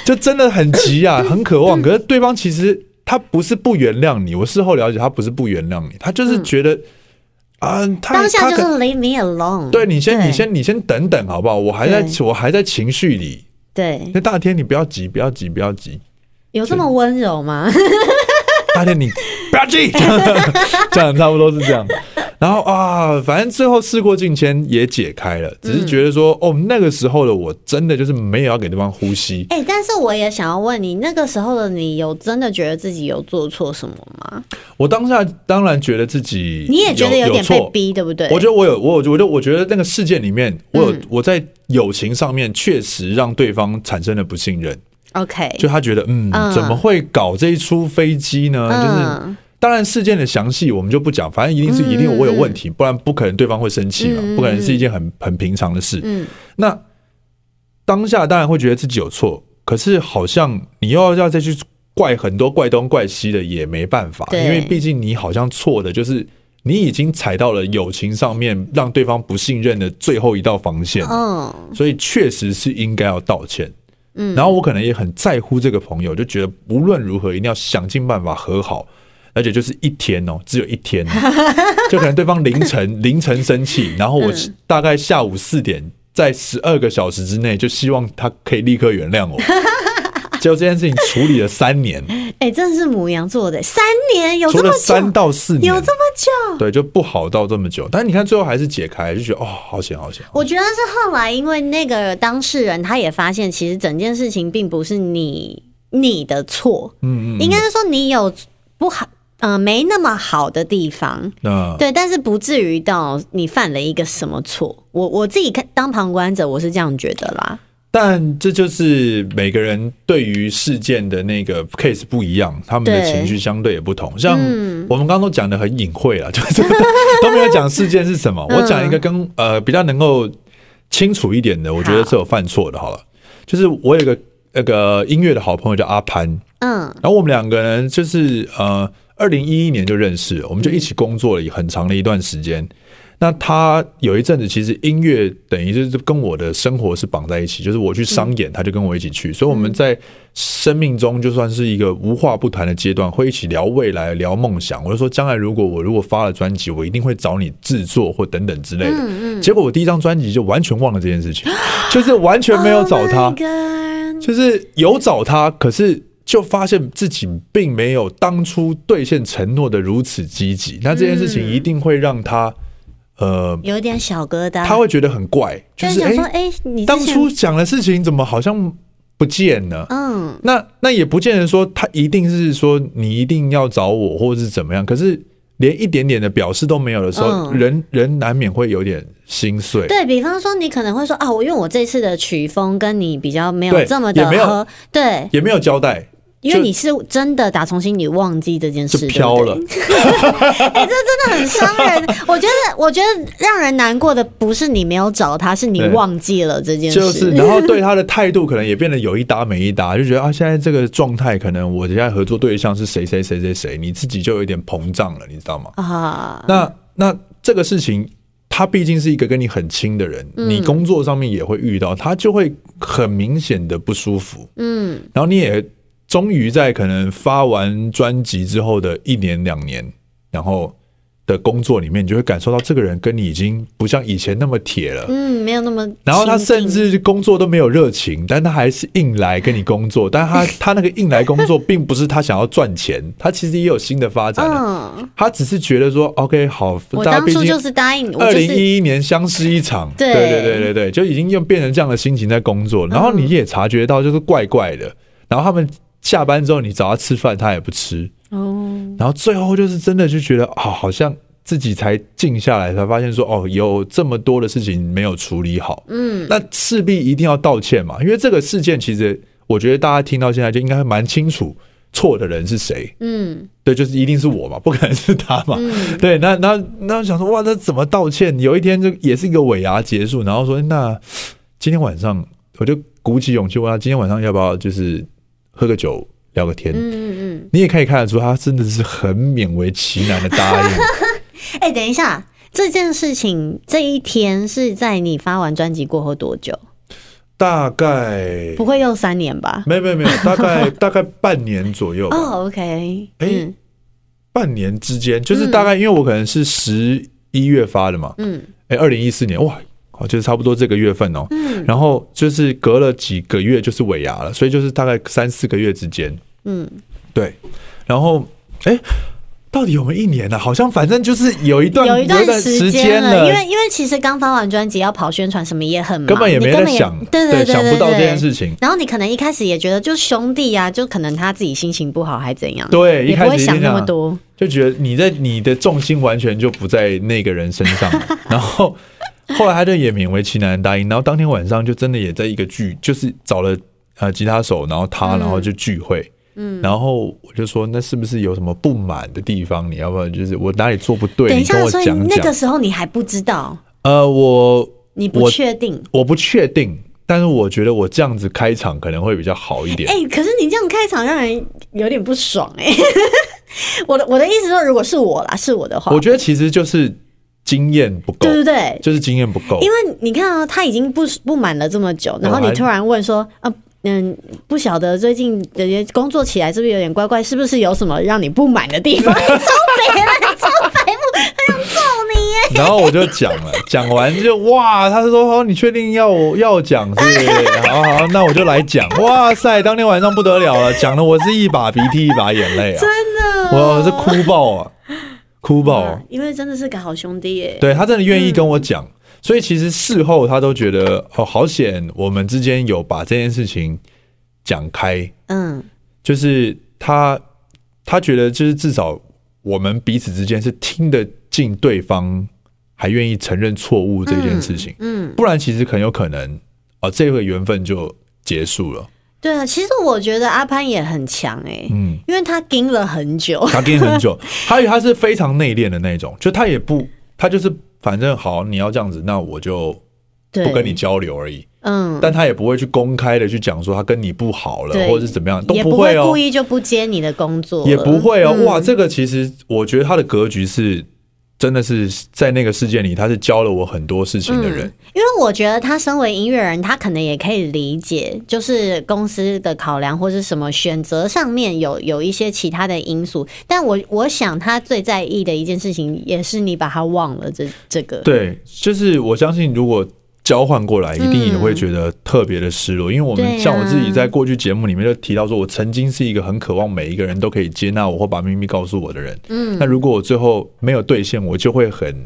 Speaker 2: 就真的很急啊，很渴望。可是对方其实他不是不原谅你，我事后了解他不是不原谅你，他就是觉得。啊，他
Speaker 3: 嗯当下
Speaker 2: 他
Speaker 3: 就
Speaker 2: 可
Speaker 3: 是 leave me alone
Speaker 2: 对你先，
Speaker 3: 对
Speaker 2: 你先，你先等等，好不好？我还在，
Speaker 3: 对
Speaker 2: 我还在情绪里。
Speaker 3: 对，
Speaker 2: 那大天，你不要急，不要急，不要急。
Speaker 3: 有这么温 柔吗？
Speaker 2: 大天，你 不要急，这样差不多是这样。然后啊，反正最后事过境迁也解开了，只是觉得说，哦，那个时候的我真的就是没有要给对方呼吸。
Speaker 3: 哎、但是我也想要问你，那个时候的你有真的觉得自己有做错什么吗？
Speaker 2: 我当下当然觉得自己
Speaker 3: 你也觉得
Speaker 2: 有
Speaker 3: 点
Speaker 2: 错
Speaker 3: 被逼，对不对？
Speaker 2: 我觉得我有，我有我就我觉得那个事件里面，我
Speaker 3: 嗯
Speaker 2: 有、我在友情上面确实让对方产生了不信任。
Speaker 3: 得 OK，
Speaker 2: 就他觉得，嗯，
Speaker 3: 嗯
Speaker 2: 怎么会搞这一出飞机呢？就是
Speaker 3: 嗯，
Speaker 2: 当然事件的详细我们就不讲，反正一定是一定我有问题，不然不可能对方会生气嘛，
Speaker 3: 嗯嗯嗯
Speaker 2: 不可能是一件很很平常的事。
Speaker 3: 嗯
Speaker 2: 那当下当然会觉得自己有错，可是好像你又要要再去怪很多怪东怪西的也没办法，
Speaker 3: 对
Speaker 2: 因为毕竟你好像错的就是。你已经踩到了友情上面让对方不信任的最后一道防线了，
Speaker 3: 嗯，
Speaker 2: 所以确实是应该要道歉。
Speaker 3: 嗯
Speaker 2: 然后我可能也很在乎这个朋友，就觉得无论如何一定要想尽办法和好，而且就是一天哦，只有一天哦、 就可能对方凌晨凌晨生气，然后我
Speaker 3: 嗯
Speaker 2: 大概下午四点，在十二个小时之内，就希望他可以立刻原 谅我。结果这件事情处理了三年，
Speaker 3: 哎、真的是母羊座的，三年有
Speaker 2: 除
Speaker 3: 这么
Speaker 2: 了
Speaker 3: 久，
Speaker 2: 三到四年
Speaker 3: 有，这么久。
Speaker 2: 对，就不好到这么久。但是你看最后还是解开，就觉得哦，好险好险。
Speaker 3: 我觉得是后来，因为那个当事人他也发现，其实整件事情并不是你你的错，
Speaker 2: 嗯嗯，
Speaker 3: 应该是说你有不好，呃，没那么好的地方，
Speaker 2: 那
Speaker 3: 对，但是不至于到你犯了一个什么错。我我自己看当旁观者，我是这样觉得啦。
Speaker 2: 但这就是每个人对于事件的那个 case 不一样，他们的
Speaker 3: 对
Speaker 2: 情绪相对也不同。像我们刚刚都讲的很隐晦啊 了，就是都没有讲事件是什么。我讲一个跟呃比较能够清楚一点的，我觉得是有犯错的。好了，就是我有一个那个音乐的好朋友叫阿潘，
Speaker 3: 嗯
Speaker 2: 然后我们两个人就是呃，二零一一年就认识了，我们就一起工作了很长的一段时间。那他有一阵子其实音乐等于就是跟我的生活是绑在一起，就是我去商演，他就跟我一起去，所以我们在生命中就算是一个无话不谈的阶段，会一起聊未来、聊梦想。我就说，将来如果我如果发了专辑，我一定会找你制作或等等之类的。结果我第一张专辑就完全忘了这件事情，就是完全没有找他。
Speaker 3: Oh my god
Speaker 2: 就是有找他，可是就发现自己并没有当初兑现承诺的如此积极。那这件事情一定会让他，呃，
Speaker 3: 有点小疙瘩。
Speaker 2: 他会觉得很怪，就
Speaker 3: 就是嗯想
Speaker 2: 哎、
Speaker 3: 说，
Speaker 2: 诶
Speaker 3: 哎、你之
Speaker 2: 当
Speaker 3: 前
Speaker 2: 初讲的事情怎么好像不见了？
Speaker 3: 嗯，
Speaker 2: 那那也不见得说他一定是说你一定要找我，或者是怎么样。可是连一点点的表示都没有的时候，
Speaker 3: 嗯
Speaker 2: 人人难免会有点心碎。
Speaker 3: 对比方说，你可能会说啊，我因为我这次的曲风跟你比较没有
Speaker 2: 对
Speaker 3: 这么的
Speaker 2: 也没有
Speaker 3: 合，对，
Speaker 2: 也没有交代，
Speaker 3: 因为
Speaker 2: 就
Speaker 3: 你是真的打从心里忘记这件事，
Speaker 2: 就飘了
Speaker 3: 对不。对哎、这真的很伤 人。我觉得，我觉得让人难过的不是你没有找他，是你
Speaker 2: 对
Speaker 3: 忘记了这件事。
Speaker 2: 就是，然后对他的态度可能也变得有一搭没一搭，就觉得啊，现在这个状态，可能我现在合作对象是谁谁谁谁谁，你自己就有点膨胀了，你知道吗？
Speaker 3: 啊，
Speaker 2: 那那这个事情，他毕竟是一个跟你很亲的人，
Speaker 3: 嗯
Speaker 2: 你工作上面也会遇到，他就会很明显的不舒服。
Speaker 3: 嗯，
Speaker 2: 然后你也终于在可能发完专辑之后的一年两年，然后的工作里面，你就会感受到这个人跟你已经不像以前那么铁了。
Speaker 3: 嗯，没有那么亲近。
Speaker 2: 然后他甚至工作都没有热情，但他还是硬来跟你工
Speaker 3: 嗯
Speaker 2: 作。但他 他那个硬来工作，并不是他想要赚钱，他其实也有新的发展的。
Speaker 3: 嗯，
Speaker 2: 他只是觉得说，OK，好，
Speaker 3: 我
Speaker 2: 大家
Speaker 3: 当
Speaker 2: 毕
Speaker 3: 初就
Speaker 2: 竟
Speaker 3: 是答应，我
Speaker 2: 二
Speaker 3: 就
Speaker 2: 零
Speaker 3: 是
Speaker 2: 一一年相识一场，
Speaker 3: 对
Speaker 2: 对对对对对，就已经又变成这样的心情在工作。然后
Speaker 3: 嗯
Speaker 2: 你也察觉到，就是怪怪的。然后他们下班之后，你找他吃饭，他也不吃。
Speaker 3: 哦，
Speaker 2: 然后最后就是真的就觉得啊、好像自己才静下来，才发现说哦，有这么多的事情没有处理好，嗯，那势必一定要道歉嘛，因为这个事件其实我觉得大家听到现在就应该蛮清楚错的人是谁，
Speaker 3: 嗯
Speaker 2: 对，就是一定是我嘛，不可能是他嘛，对，那那那我想说哇，那怎么道歉？有一天就也是一个尾牙结束，然后说那今天晚上我就鼓起勇气问他，今天晚上要不要就是喝个酒聊个天，
Speaker 3: 嗯嗯
Speaker 2: 你也可以看得出，他真的是很勉为其难的答 应。
Speaker 3: 嗯。哎、等一下，这件事情这一天是在你发完专辑过后多久？
Speaker 2: 大概
Speaker 3: 不会又三年吧？
Speaker 2: 没有没有没 有，大概大概半年左右吧，
Speaker 3: 哦、o k
Speaker 2: 哎
Speaker 3: 嗯
Speaker 2: 半年之间，就是大概因为我可能是十一月发的嘛，
Speaker 3: 嗯
Speaker 2: 哎，二零一四年哇，哦，就是差不多这个月份哦，
Speaker 3: 嗯
Speaker 2: 然后就是隔了几个月就是尾牙了，所以就是大概三四个月之间，
Speaker 3: 嗯，
Speaker 2: 对，然后哎。到底有没有一年呢、啊好像反正就是有一段
Speaker 3: 有一段
Speaker 2: 时
Speaker 3: 时
Speaker 2: 间
Speaker 3: 间了，
Speaker 2: 了，
Speaker 3: 因为因为其实刚发完专辑要跑宣传什么也很忙，
Speaker 2: 根本也
Speaker 3: 你
Speaker 2: 没在
Speaker 3: 根本
Speaker 2: 想，
Speaker 3: 嗯对对对
Speaker 2: 想不到这件。
Speaker 3: 对
Speaker 2: 事情。
Speaker 3: 然后你可能一开始也觉得就兄弟呀、就可能他自己心情不好还怎样，
Speaker 2: 对，一
Speaker 3: 也不
Speaker 2: 开
Speaker 3: 会
Speaker 2: 始一
Speaker 3: 想
Speaker 2: 定
Speaker 3: 那
Speaker 2: 这
Speaker 3: 么
Speaker 2: 样
Speaker 3: 多。
Speaker 2: 就觉得你在你的重心完全就不在那个人身上， 然后后来他就也勉为其难地答应，然后当天晚上就真的也在一个聚，就是找了呃吉他手，然后他，然后就聚会。嗯，然后我就说，那是不是有什么不满的地方？你要不要就是我哪里做不对？
Speaker 3: 等一
Speaker 2: 你跟
Speaker 3: 下，
Speaker 2: 我
Speaker 3: 所以
Speaker 2: 讲
Speaker 3: 那
Speaker 2: 讲。
Speaker 3: 个时候你还不知道，
Speaker 2: 呃，我
Speaker 3: 你
Speaker 2: 我
Speaker 3: 不确定。
Speaker 2: 我不确定，但是我觉得我这样子开场可能会比较好一点。
Speaker 3: 哎、可是你这样开场让人有点不爽哎、 我的我的意思说，如果是我啦，是我的话，
Speaker 2: 我觉得其实就是经验不够
Speaker 3: 对，对对，
Speaker 2: 就是经验不够。
Speaker 3: 因为你看啊、他已经不不满了这么久，然后你
Speaker 2: 哦还
Speaker 3: 突然问说啊。嗯，不晓得最近的工作起来是不是有点怪怪？是不是有什么让你不满的 地方？超北了，超白目，很想揍你耶！
Speaker 2: 然后我就讲了，讲完就哇，他说哦，你确定要我要我讲是不是？好好，那我就来讲。哇塞，当天晚上不得了了，讲的我是一把鼻涕一把眼泪啊，
Speaker 3: 真的，哦
Speaker 2: 我是哭爆啊，哭爆啊、
Speaker 3: 因为真的是个好兄弟耶。
Speaker 2: 对他真的愿
Speaker 3: 嗯
Speaker 2: 意跟我讲，所以其实事后他都觉得哦，好险，我们之间有把这件事情讲开，
Speaker 3: 嗯，
Speaker 2: 就是他他觉得就是至少我们彼此之间是听得进对方，还愿意承认错误这件事情。
Speaker 3: 嗯，
Speaker 2: 不然其实很有可能啊、这个缘分就结束了。
Speaker 3: 对啊，其实我觉得阿潘也很强哎，
Speaker 2: 嗯，
Speaker 3: 因为他盯了很久。
Speaker 2: 他跟很久， 他他是非常内敛的那种，就他也不，他就是反正好，你要这样子，那我就
Speaker 3: 对，
Speaker 2: 不跟你交流而已。
Speaker 3: 嗯，
Speaker 2: 但他也不会去公开的去讲说他跟你不好了，
Speaker 3: 对
Speaker 2: 或者是怎么样，都
Speaker 3: 也
Speaker 2: 会
Speaker 3: 故
Speaker 2: 哦，
Speaker 3: 意就不接你的工作了，
Speaker 2: 也不会哦。哇，这个其实我觉得他的格局是真的是在那个事件里，他是教了我很多事情的人。
Speaker 3: 因为我觉得他身为音乐人，他可能也可以理解，就是公司的考量或是什么选择上面有有一些其他的因素。但我我想他最在意的一件事情，也是你把他忘了这这个。
Speaker 2: 对，就是我相信，如果交换过来，一定也会觉得特别的失落，因为我
Speaker 3: 对啊
Speaker 2: 们像我自己在过去节目里面就提到说，我曾经是一个很渴望每一个人都可以接纳我或把秘密告诉我的人。嗯，那如果我最后没有兑现，我就会很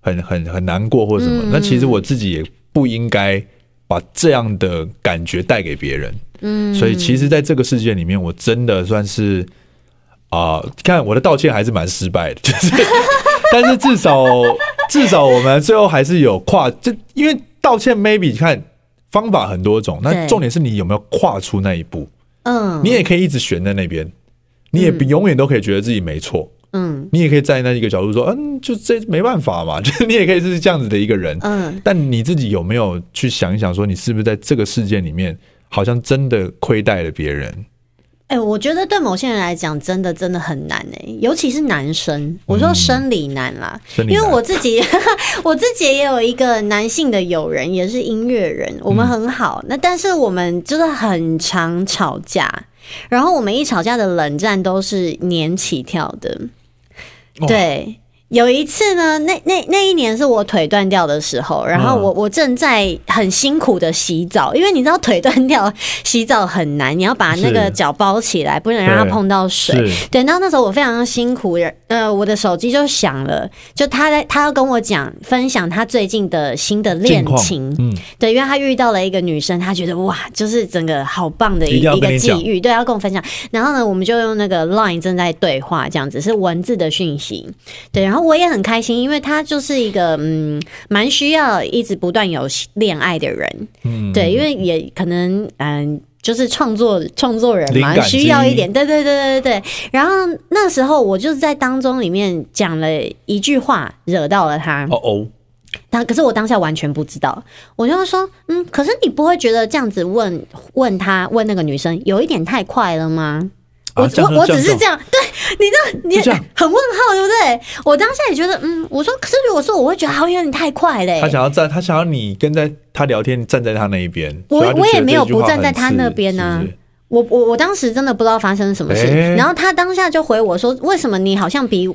Speaker 2: 很很很难过或什么。那其实我自己也不应该把这样的感觉带给别人。嗯，所以其实，在这个事件里面，我真的算是啊、看我的道歉还是蛮失败的， 就是，但是至少至少我们最后还是有跨，这因为道歉 maybe 你看方法很多种，那
Speaker 3: 对
Speaker 2: 重点是你有没有跨出那一步，
Speaker 3: 嗯
Speaker 2: 你也可以一直悬在那边，你也不永远都可以觉得自己没错。
Speaker 3: 嗯
Speaker 2: 你也可以站在那一个角度说，嗯，就这没办法嘛， 就是你也可以是这样子的一个人，
Speaker 3: 嗯，
Speaker 2: 但你自己有没有去想一想，说你是不是在这个事件里面，好像真的亏待了别人？
Speaker 3: 哎、我觉得对某些人来讲，真的真的很难哎、尤其是男生。我说生理难啦，
Speaker 2: 嗯生理
Speaker 3: 因为
Speaker 2: 男
Speaker 3: 我自己 我自己也有一个男性的友人，也是音乐人，我
Speaker 2: 嗯
Speaker 3: 们很好。那但是我们就是很常吵架，然后我们一吵架的冷战都是年起跳的。
Speaker 2: 哦
Speaker 3: 对，有一次呢，那那那一年是我腿断掉的时候，然
Speaker 2: 嗯
Speaker 3: 后我、我正在很辛苦的洗澡，因为你知道腿断掉洗澡很难，你要把那个
Speaker 2: 是
Speaker 3: 脚包起来，不能让它
Speaker 2: 对
Speaker 3: 碰到水。
Speaker 2: 是
Speaker 3: 对，然后那时候我非常辛苦，呃，我的手机就响了，就他在他要跟我讲分享他最近的新的
Speaker 2: 近
Speaker 3: 恋
Speaker 2: 况
Speaker 3: 情，
Speaker 2: 嗯，
Speaker 3: 对，因为他遇到了一个女生，他觉得哇，就是整个好棒的
Speaker 2: 一
Speaker 3: 一
Speaker 2: 定要
Speaker 3: 一
Speaker 2: 跟
Speaker 3: 个
Speaker 2: 你
Speaker 3: 际
Speaker 2: 讲
Speaker 3: 遇，对，要跟我分享。然后呢，我们就用那个 Line 正在对话，这样子是文字的讯息，对。然后我也很开心，因为他就是一个嗯，蛮需要一直不断有恋爱的人，
Speaker 2: 嗯
Speaker 3: 对，因为也可能嗯。就是创作创作人
Speaker 2: 灵
Speaker 3: 嘛，
Speaker 2: 感之
Speaker 3: 需要一
Speaker 2: 一
Speaker 3: 点，对对对对对。然后那时候我就是在当中里面讲了一句话，惹到了他。
Speaker 2: 哦哦，
Speaker 3: 但可是我当下完全不知道，我就会说，嗯，可是你不会觉得这样子问问他问那个女生有一点太快了吗？
Speaker 2: 啊
Speaker 3: 我
Speaker 2: 这样
Speaker 3: 我我
Speaker 2: 这样
Speaker 3: 只是
Speaker 2: 这
Speaker 3: 这样，对，你
Speaker 2: 就
Speaker 3: 知
Speaker 2: 这
Speaker 3: 道
Speaker 2: 样
Speaker 3: 你很问号，对不对？我当下也觉得，嗯，我说，可是如果说我会觉得好像有点太快嘞、
Speaker 2: 他想要站，他想要你跟在他聊天，站在他那一边。
Speaker 3: 我
Speaker 2: 所以他就
Speaker 3: 我也
Speaker 2: 觉得
Speaker 3: 没有
Speaker 2: 这句话
Speaker 3: 不站在
Speaker 2: 很
Speaker 3: 他
Speaker 2: 刺
Speaker 3: 那边啊
Speaker 2: 是不是
Speaker 3: 我我我当时真的不知道发生什么事，
Speaker 2: 诶
Speaker 3: 然后他当下就回我说：“为什么你好像比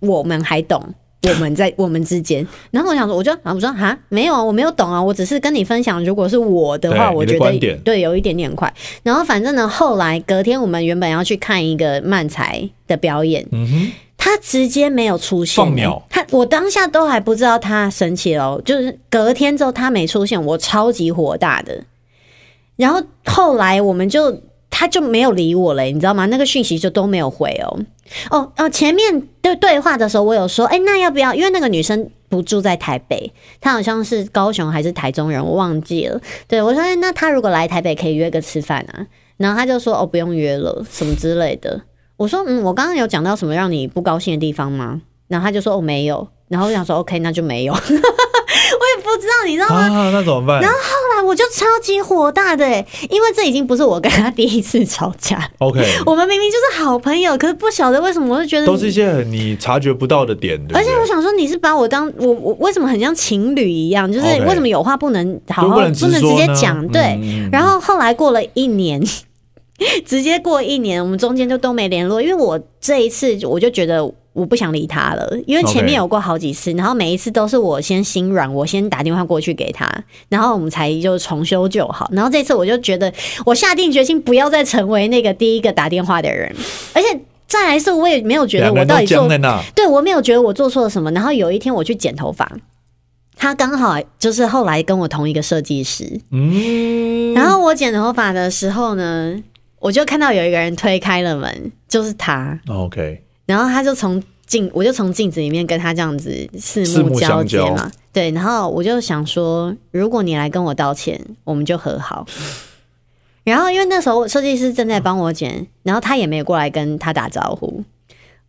Speaker 3: 我们还懂？我 们在我们之间。”然后我想说，我就啊，我说哈，没有啊，我没有懂啊，我只是跟你分享，如果是我的话，
Speaker 2: 对
Speaker 3: 我
Speaker 2: 你的
Speaker 3: 觉
Speaker 2: 观
Speaker 3: 得
Speaker 2: 点
Speaker 3: 对有一点点快。然后反正呢，后来隔天我们原本要去看一个漫才的表演，
Speaker 2: 嗯哼，
Speaker 3: 他直接没有出现、
Speaker 2: 放鸟
Speaker 3: 他我当下都还不知道他生气了哦，就是隔天之后他没出现，我超级火大的。然后后来我们就他就没有理我了，你知道吗？那个讯息就都没有回哦。哦哦，前面对对话的时候，我有说，哎、那要不要？因为那个女生不住在台北，她好像是高雄还是台中人，我忘记了。对我说，哎、那她如果来台北，可以约个吃饭啊。然后她就说，哦，不用约了，什么之类的。我说，嗯，我刚刚有讲到什么让你不高兴的地方吗？然后她就说，哦，没有。然后我想说，OK，那就没有。我 也不知道，你知道吗？
Speaker 2: 啊，那怎么办
Speaker 3: 后来我就超级火大的、欸，因为这已经不是我跟他第一次吵架，
Speaker 2: ？OK，
Speaker 3: 我们明明就是好朋友，可是不晓得为什么我就觉得
Speaker 2: 都是一些很你察觉不到的点，对不
Speaker 3: 而且我
Speaker 2: 对？
Speaker 3: 想说，你是把我当我我为什么很像情侣一样？就是
Speaker 2: OK
Speaker 3: 为什么有话不能好
Speaker 2: 就
Speaker 3: 好
Speaker 2: 不能直说
Speaker 3: 直接
Speaker 2: 呢
Speaker 3: 讲？
Speaker 2: 嗯
Speaker 3: 对。
Speaker 2: 嗯嗯
Speaker 3: 然后后来过了一年， 直接过一年，我们中间就都没联络，因为我这一次我就觉得。我不想理他了，因为前面
Speaker 2: OK
Speaker 3: 有过好几次然后每一次都是我先心软，我先打电话过去给他，然后我们才就重修旧好。然后这次我就觉得，我下定决心不要再成为那个第一个打电话的人，而且再来是我也没有觉得
Speaker 2: 两个
Speaker 3: 我
Speaker 2: 人
Speaker 3: 到
Speaker 2: 都
Speaker 3: 底做
Speaker 2: 僵在那，
Speaker 3: 对我没有觉得我做错了什么。然后有一天我去剪头发，他刚好就是后来跟我同一个设计师，
Speaker 2: 嗯，
Speaker 3: 然后我剪头发的时候呢，我就看到有一个人推开了门，就是他，
Speaker 2: 哦 OK，
Speaker 3: 然后他就从镜，我就从镜子里面跟他这样子四
Speaker 2: 四
Speaker 3: 目
Speaker 2: 目
Speaker 3: 交
Speaker 2: 相
Speaker 3: 接
Speaker 2: 交
Speaker 3: 嘛。对，然后我就想说，如果你来跟我道歉，我们就和好。然后因为那时候设计师正在帮我剪，然后他也没有过来跟他打招呼，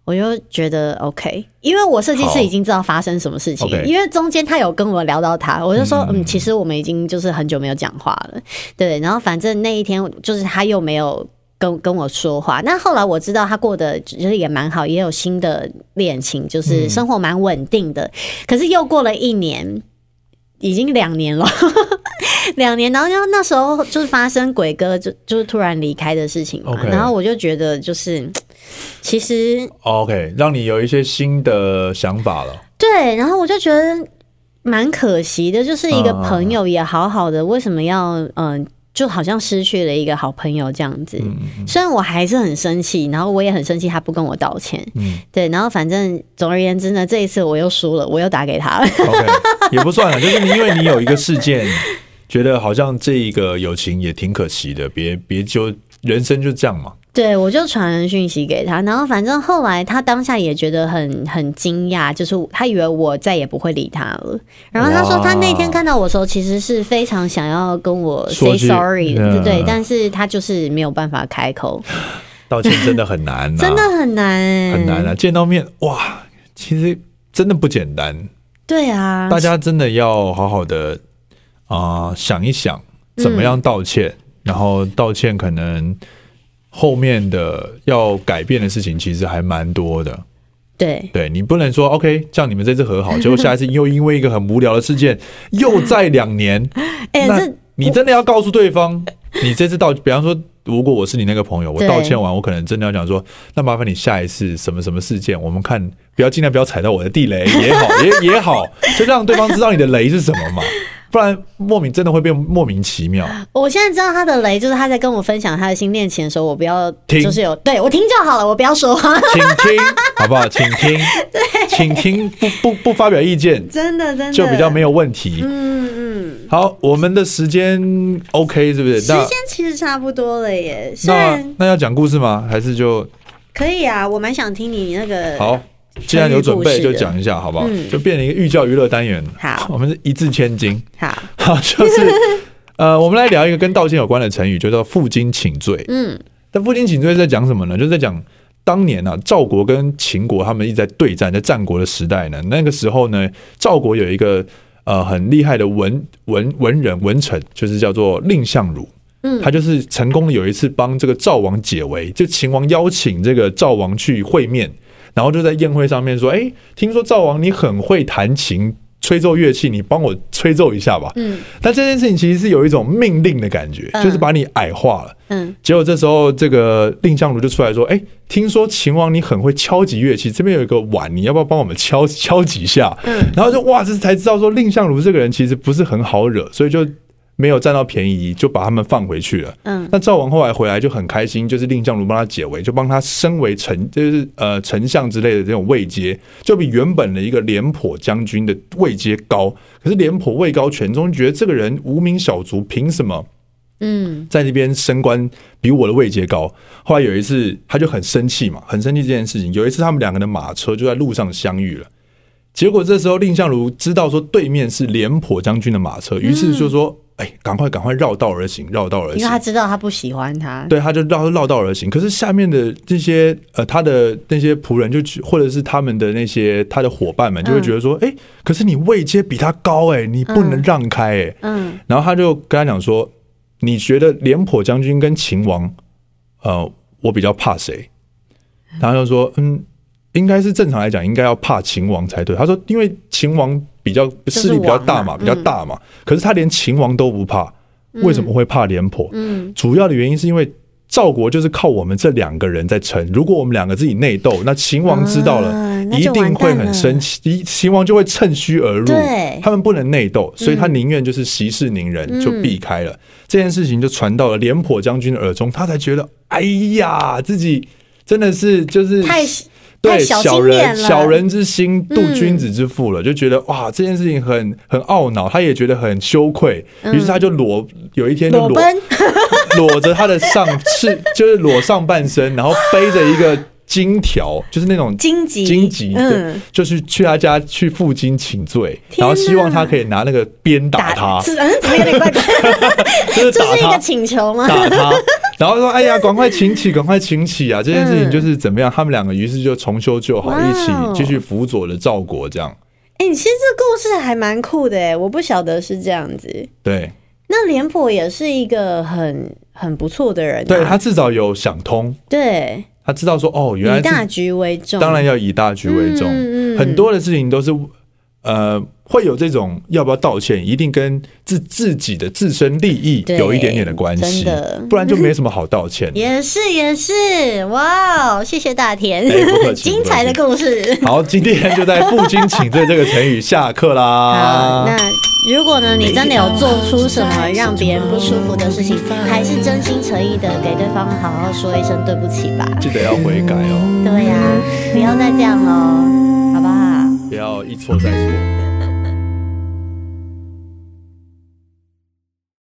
Speaker 3: 我就觉得 OK，因为我设计师
Speaker 2: 好
Speaker 3: 已经知道发生什么事情，
Speaker 2: OK
Speaker 3: 因为中间他有跟我聊到他，我就说嗯，其实我们已经就是很久没有讲话了，对。然后反正那一天就是他又没有。跟跟我说话。那后来我知道他过得就是也蛮好，也有新的恋情，
Speaker 2: 嗯
Speaker 3: 就是生活蛮稳定的。可是又过了一年，已经两年了， 两年。然后就那时候就是发生鬼哥就就是突然离开的事情嘛
Speaker 2: OK
Speaker 3: 然后我就觉得就是其实
Speaker 2: 哦 OK，让你有一些新的想法了。
Speaker 3: 对，然后我就觉得蛮可惜的，就是一个
Speaker 2: 嗯嗯嗯
Speaker 3: 朋友也好好的，为什么要嗯、就好像失去了一个好朋友这样子。
Speaker 2: 嗯
Speaker 3: 虽然我还是很生气，然后我也很生气，他不跟我道歉。
Speaker 2: 嗯
Speaker 3: 对，然后反正总而言之呢，这一次我又输了，我又打给他了。
Speaker 2: ，OK，也不算了，啊就是你因为你有一个事件，觉得好像这一个友情也挺可惜的，别别就人生就这样嘛。
Speaker 3: 对，我就传了讯息给他，然后反正后来他当下也觉得很很惊讶，就是他以为我再也不会理他了。然后他说
Speaker 2: 哇
Speaker 3: 他那天看到我的时候，其实是非常想要跟我
Speaker 2: 说
Speaker 3: say
Speaker 2: 句
Speaker 3: sorry 的，
Speaker 2: 嗯
Speaker 3: 对，但是他就是没有办法开口，
Speaker 2: 道歉真的很难、啊，
Speaker 3: 真的很难、
Speaker 2: 很难。啊！见到面哇，其实真的不简单，
Speaker 3: 对啊，
Speaker 2: 大家真的要好好的啊、想一想怎么
Speaker 3: 嗯
Speaker 2: 样道歉，然后道歉可能后面的要改变的事情其实还蛮多的。
Speaker 3: 对
Speaker 2: 对你不能说 OK，这样你们这次和 好，结果下一次又因为一个很无聊的事件又再两年，
Speaker 3: 哎、
Speaker 2: 那
Speaker 3: 这
Speaker 2: 你真的要告诉对方， 你这次道，比方说，如果我是你那个朋友，我
Speaker 3: 对
Speaker 2: 道歉完，我可能真的要讲说，那麻烦你下一次什么什么事件，我们看不要尽量不要踩到我的地雷也好， 也也好，就让对方知道你的雷是什么嘛，不然莫名真的会变莫名其妙。
Speaker 3: 我现在知道他的雷，就是他在跟我分享他的新恋情的时候，我不要
Speaker 2: 停
Speaker 3: 就是有对我听就好了，我不要说话，
Speaker 2: 请听，好不好？请听，请听，不不不发表意见，
Speaker 3: 真的真的
Speaker 2: 就比较没
Speaker 3: 有，
Speaker 2: 有问题。
Speaker 3: 嗯嗯，
Speaker 2: 好，我们的时间 OK 是不是？
Speaker 3: 时
Speaker 2: 那
Speaker 3: 间其实差不多了耶，虽
Speaker 2: 那
Speaker 3: 然。
Speaker 2: 那要讲故事吗？还是就
Speaker 3: 可以啊，我蛮想听你那个。
Speaker 2: 好，既然有准备，就讲一下好不好？
Speaker 3: 嗯
Speaker 2: 就变成一个寓教于乐单元。
Speaker 3: 好
Speaker 2: 我们是一字千金。
Speaker 3: 好，
Speaker 2: 好，就是呃，我们来聊一个跟道歉有关的成语，就叫“负荆请罪”。
Speaker 3: 嗯，
Speaker 2: 但“负荆请罪”是在讲什么呢？就是在讲当年啊，赵国跟秦国他们一直在对战，在战国的时代呢，那个时候呢，赵国有一个呃很厉害的文文文人文臣，就是叫做蔺相如。
Speaker 3: 嗯
Speaker 2: 他就是成功的有一次帮这个赵王解围，就秦王邀请这个赵王去会面，然后就在宴会上面说：“哎、听说赵王你很会弹琴、吹奏乐器，你帮我吹奏一下吧。”
Speaker 3: 嗯，
Speaker 2: 但这件事情其实是有一种命令的感觉，
Speaker 3: 嗯
Speaker 2: 就是把你矮化了。
Speaker 3: 嗯，
Speaker 2: 结果这时候这个蔺相如就出来说：“哎、听说秦王你很会敲击乐器，这边有一个碗，你要不要帮我们敲敲几下？”
Speaker 3: 嗯，
Speaker 2: 然后就哇，这才知道说蔺相如这个人其实不是很好惹，所以就没有占到便宜，就把他们放回去了。
Speaker 3: 嗯，
Speaker 2: 那赵王后来回来就很开心，就是蔺相如帮他解围，就帮他升为丞，就是呃丞相之类的这种位阶，就比原本的一个廉颇将军的位阶高。可是廉颇位高权重，觉得这个人无名小卒，凭什么？
Speaker 3: 嗯，
Speaker 2: 在这边升官比我的位阶高。后来有一次，他就很生气嘛，很生气这件事情。有一次，他们两个的马车就在路上相遇了。结果这时候，蔺相如知道说对面是廉颇将军的马车，于是就说：“哎、赶快赶快绕道而行，绕道而
Speaker 3: 嗯因为
Speaker 2: 行
Speaker 3: 他。知道他不喜欢他”。
Speaker 2: 对，他就绕绕道而行。可是下面的这些呃，他的那些仆人就觉或者是他们的那些他的伙伴们就
Speaker 3: 嗯
Speaker 2: 会觉得说：“哎、可是你位阶比他高哎、你不能让开哎、
Speaker 3: 嗯
Speaker 2: 然后他就跟他讲说：“你觉得廉颇将军跟秦王，呃，我比较怕谁？”然后他就说：“嗯，应该是正常来讲，应该要怕秦王才对。”他说：“因为秦王比较势力比较大嘛，比
Speaker 3: 就是王嘛嗯
Speaker 2: 较大嘛。可是他连秦王都不怕，为什么会怕廉颇？
Speaker 3: 嗯
Speaker 2: 主要的原因是因为赵国就是靠我们这两个人在撑。如果我们两个自己内斗，那秦王知道了，
Speaker 3: 啊那
Speaker 2: 一
Speaker 3: 就
Speaker 2: 定
Speaker 3: 完
Speaker 2: 会
Speaker 3: 蛋了
Speaker 2: 很生气，一秦王就会趁虚而入
Speaker 3: 对。嗯
Speaker 2: 他们不能内斗，所以他宁愿就是息事宁人，就避开了这件事情，就传到了廉颇将军的耳中，他才觉得，哎呀，自己真的是就是
Speaker 3: 太
Speaker 2: 对
Speaker 3: 太小
Speaker 2: 小
Speaker 3: 心眼
Speaker 2: 人
Speaker 3: 了
Speaker 2: 小人之心度
Speaker 3: 嗯
Speaker 2: 君子之腹了，就觉得哇这件事情很很懊恼，他也觉得很羞愧，于是他就裸有一天就
Speaker 3: 裸
Speaker 2: 裸
Speaker 3: 奔，
Speaker 2: 裸着他的上是 就是裸上半身，然后背着一个金条，就是那种
Speaker 3: 荆棘，
Speaker 2: 荆棘，对
Speaker 3: 嗯，，
Speaker 2: 就是去他家去负荆请罪，
Speaker 3: 天
Speaker 2: 然
Speaker 3: 哪
Speaker 2: 后希望他可以拿那个鞭打他，
Speaker 3: 是嗯，怎么有 点怪怪？
Speaker 2: 就是
Speaker 3: 这
Speaker 2: 打
Speaker 3: 是一个
Speaker 2: 他
Speaker 3: 请求吗？
Speaker 2: 打 他，然后说哎呀，赶快请起，赶快请起
Speaker 3: 嗯
Speaker 2: 啊！这件事情就是怎么样，他们两个于是就重修旧好，
Speaker 3: 哇
Speaker 2: 一起
Speaker 3: 哦
Speaker 2: 继续辅佐了赵国，这样
Speaker 3: 哎，你其实这故事还蛮酷的哎，我不晓得是这样子。
Speaker 2: 对。
Speaker 3: 那廉颇也是一个很很不错的人、啊，
Speaker 2: 对他至少有想通，
Speaker 3: 对
Speaker 2: 他知道说哦，原
Speaker 3: 以
Speaker 2: 来
Speaker 3: 大
Speaker 2: 是
Speaker 3: 局为重，
Speaker 2: 当然要以大局为重，
Speaker 3: 嗯嗯嗯
Speaker 2: 很多的事情都是呃会有这种要不要道歉，一定跟自自己的自身利益
Speaker 3: 对
Speaker 2: 有一点点的关
Speaker 3: 真
Speaker 2: 系
Speaker 3: 的，嗯
Speaker 2: 不然就没什么好道歉的。
Speaker 3: 也是也是，哇哦，谢谢大田，
Speaker 2: 哎不客气
Speaker 3: 精彩的故事。
Speaker 2: 好，今天就在“负荆请罪”这个成语下课
Speaker 3: 好，那
Speaker 2: 啦。
Speaker 3: 如果呢，你真的有做出什么让别人不舒服的事情，还是真心诚意的给对方好好说一声对不起吧。
Speaker 2: 记得要悔改哦，
Speaker 3: 对呀、不要再这样喽，好不好？
Speaker 2: 不要一错再错。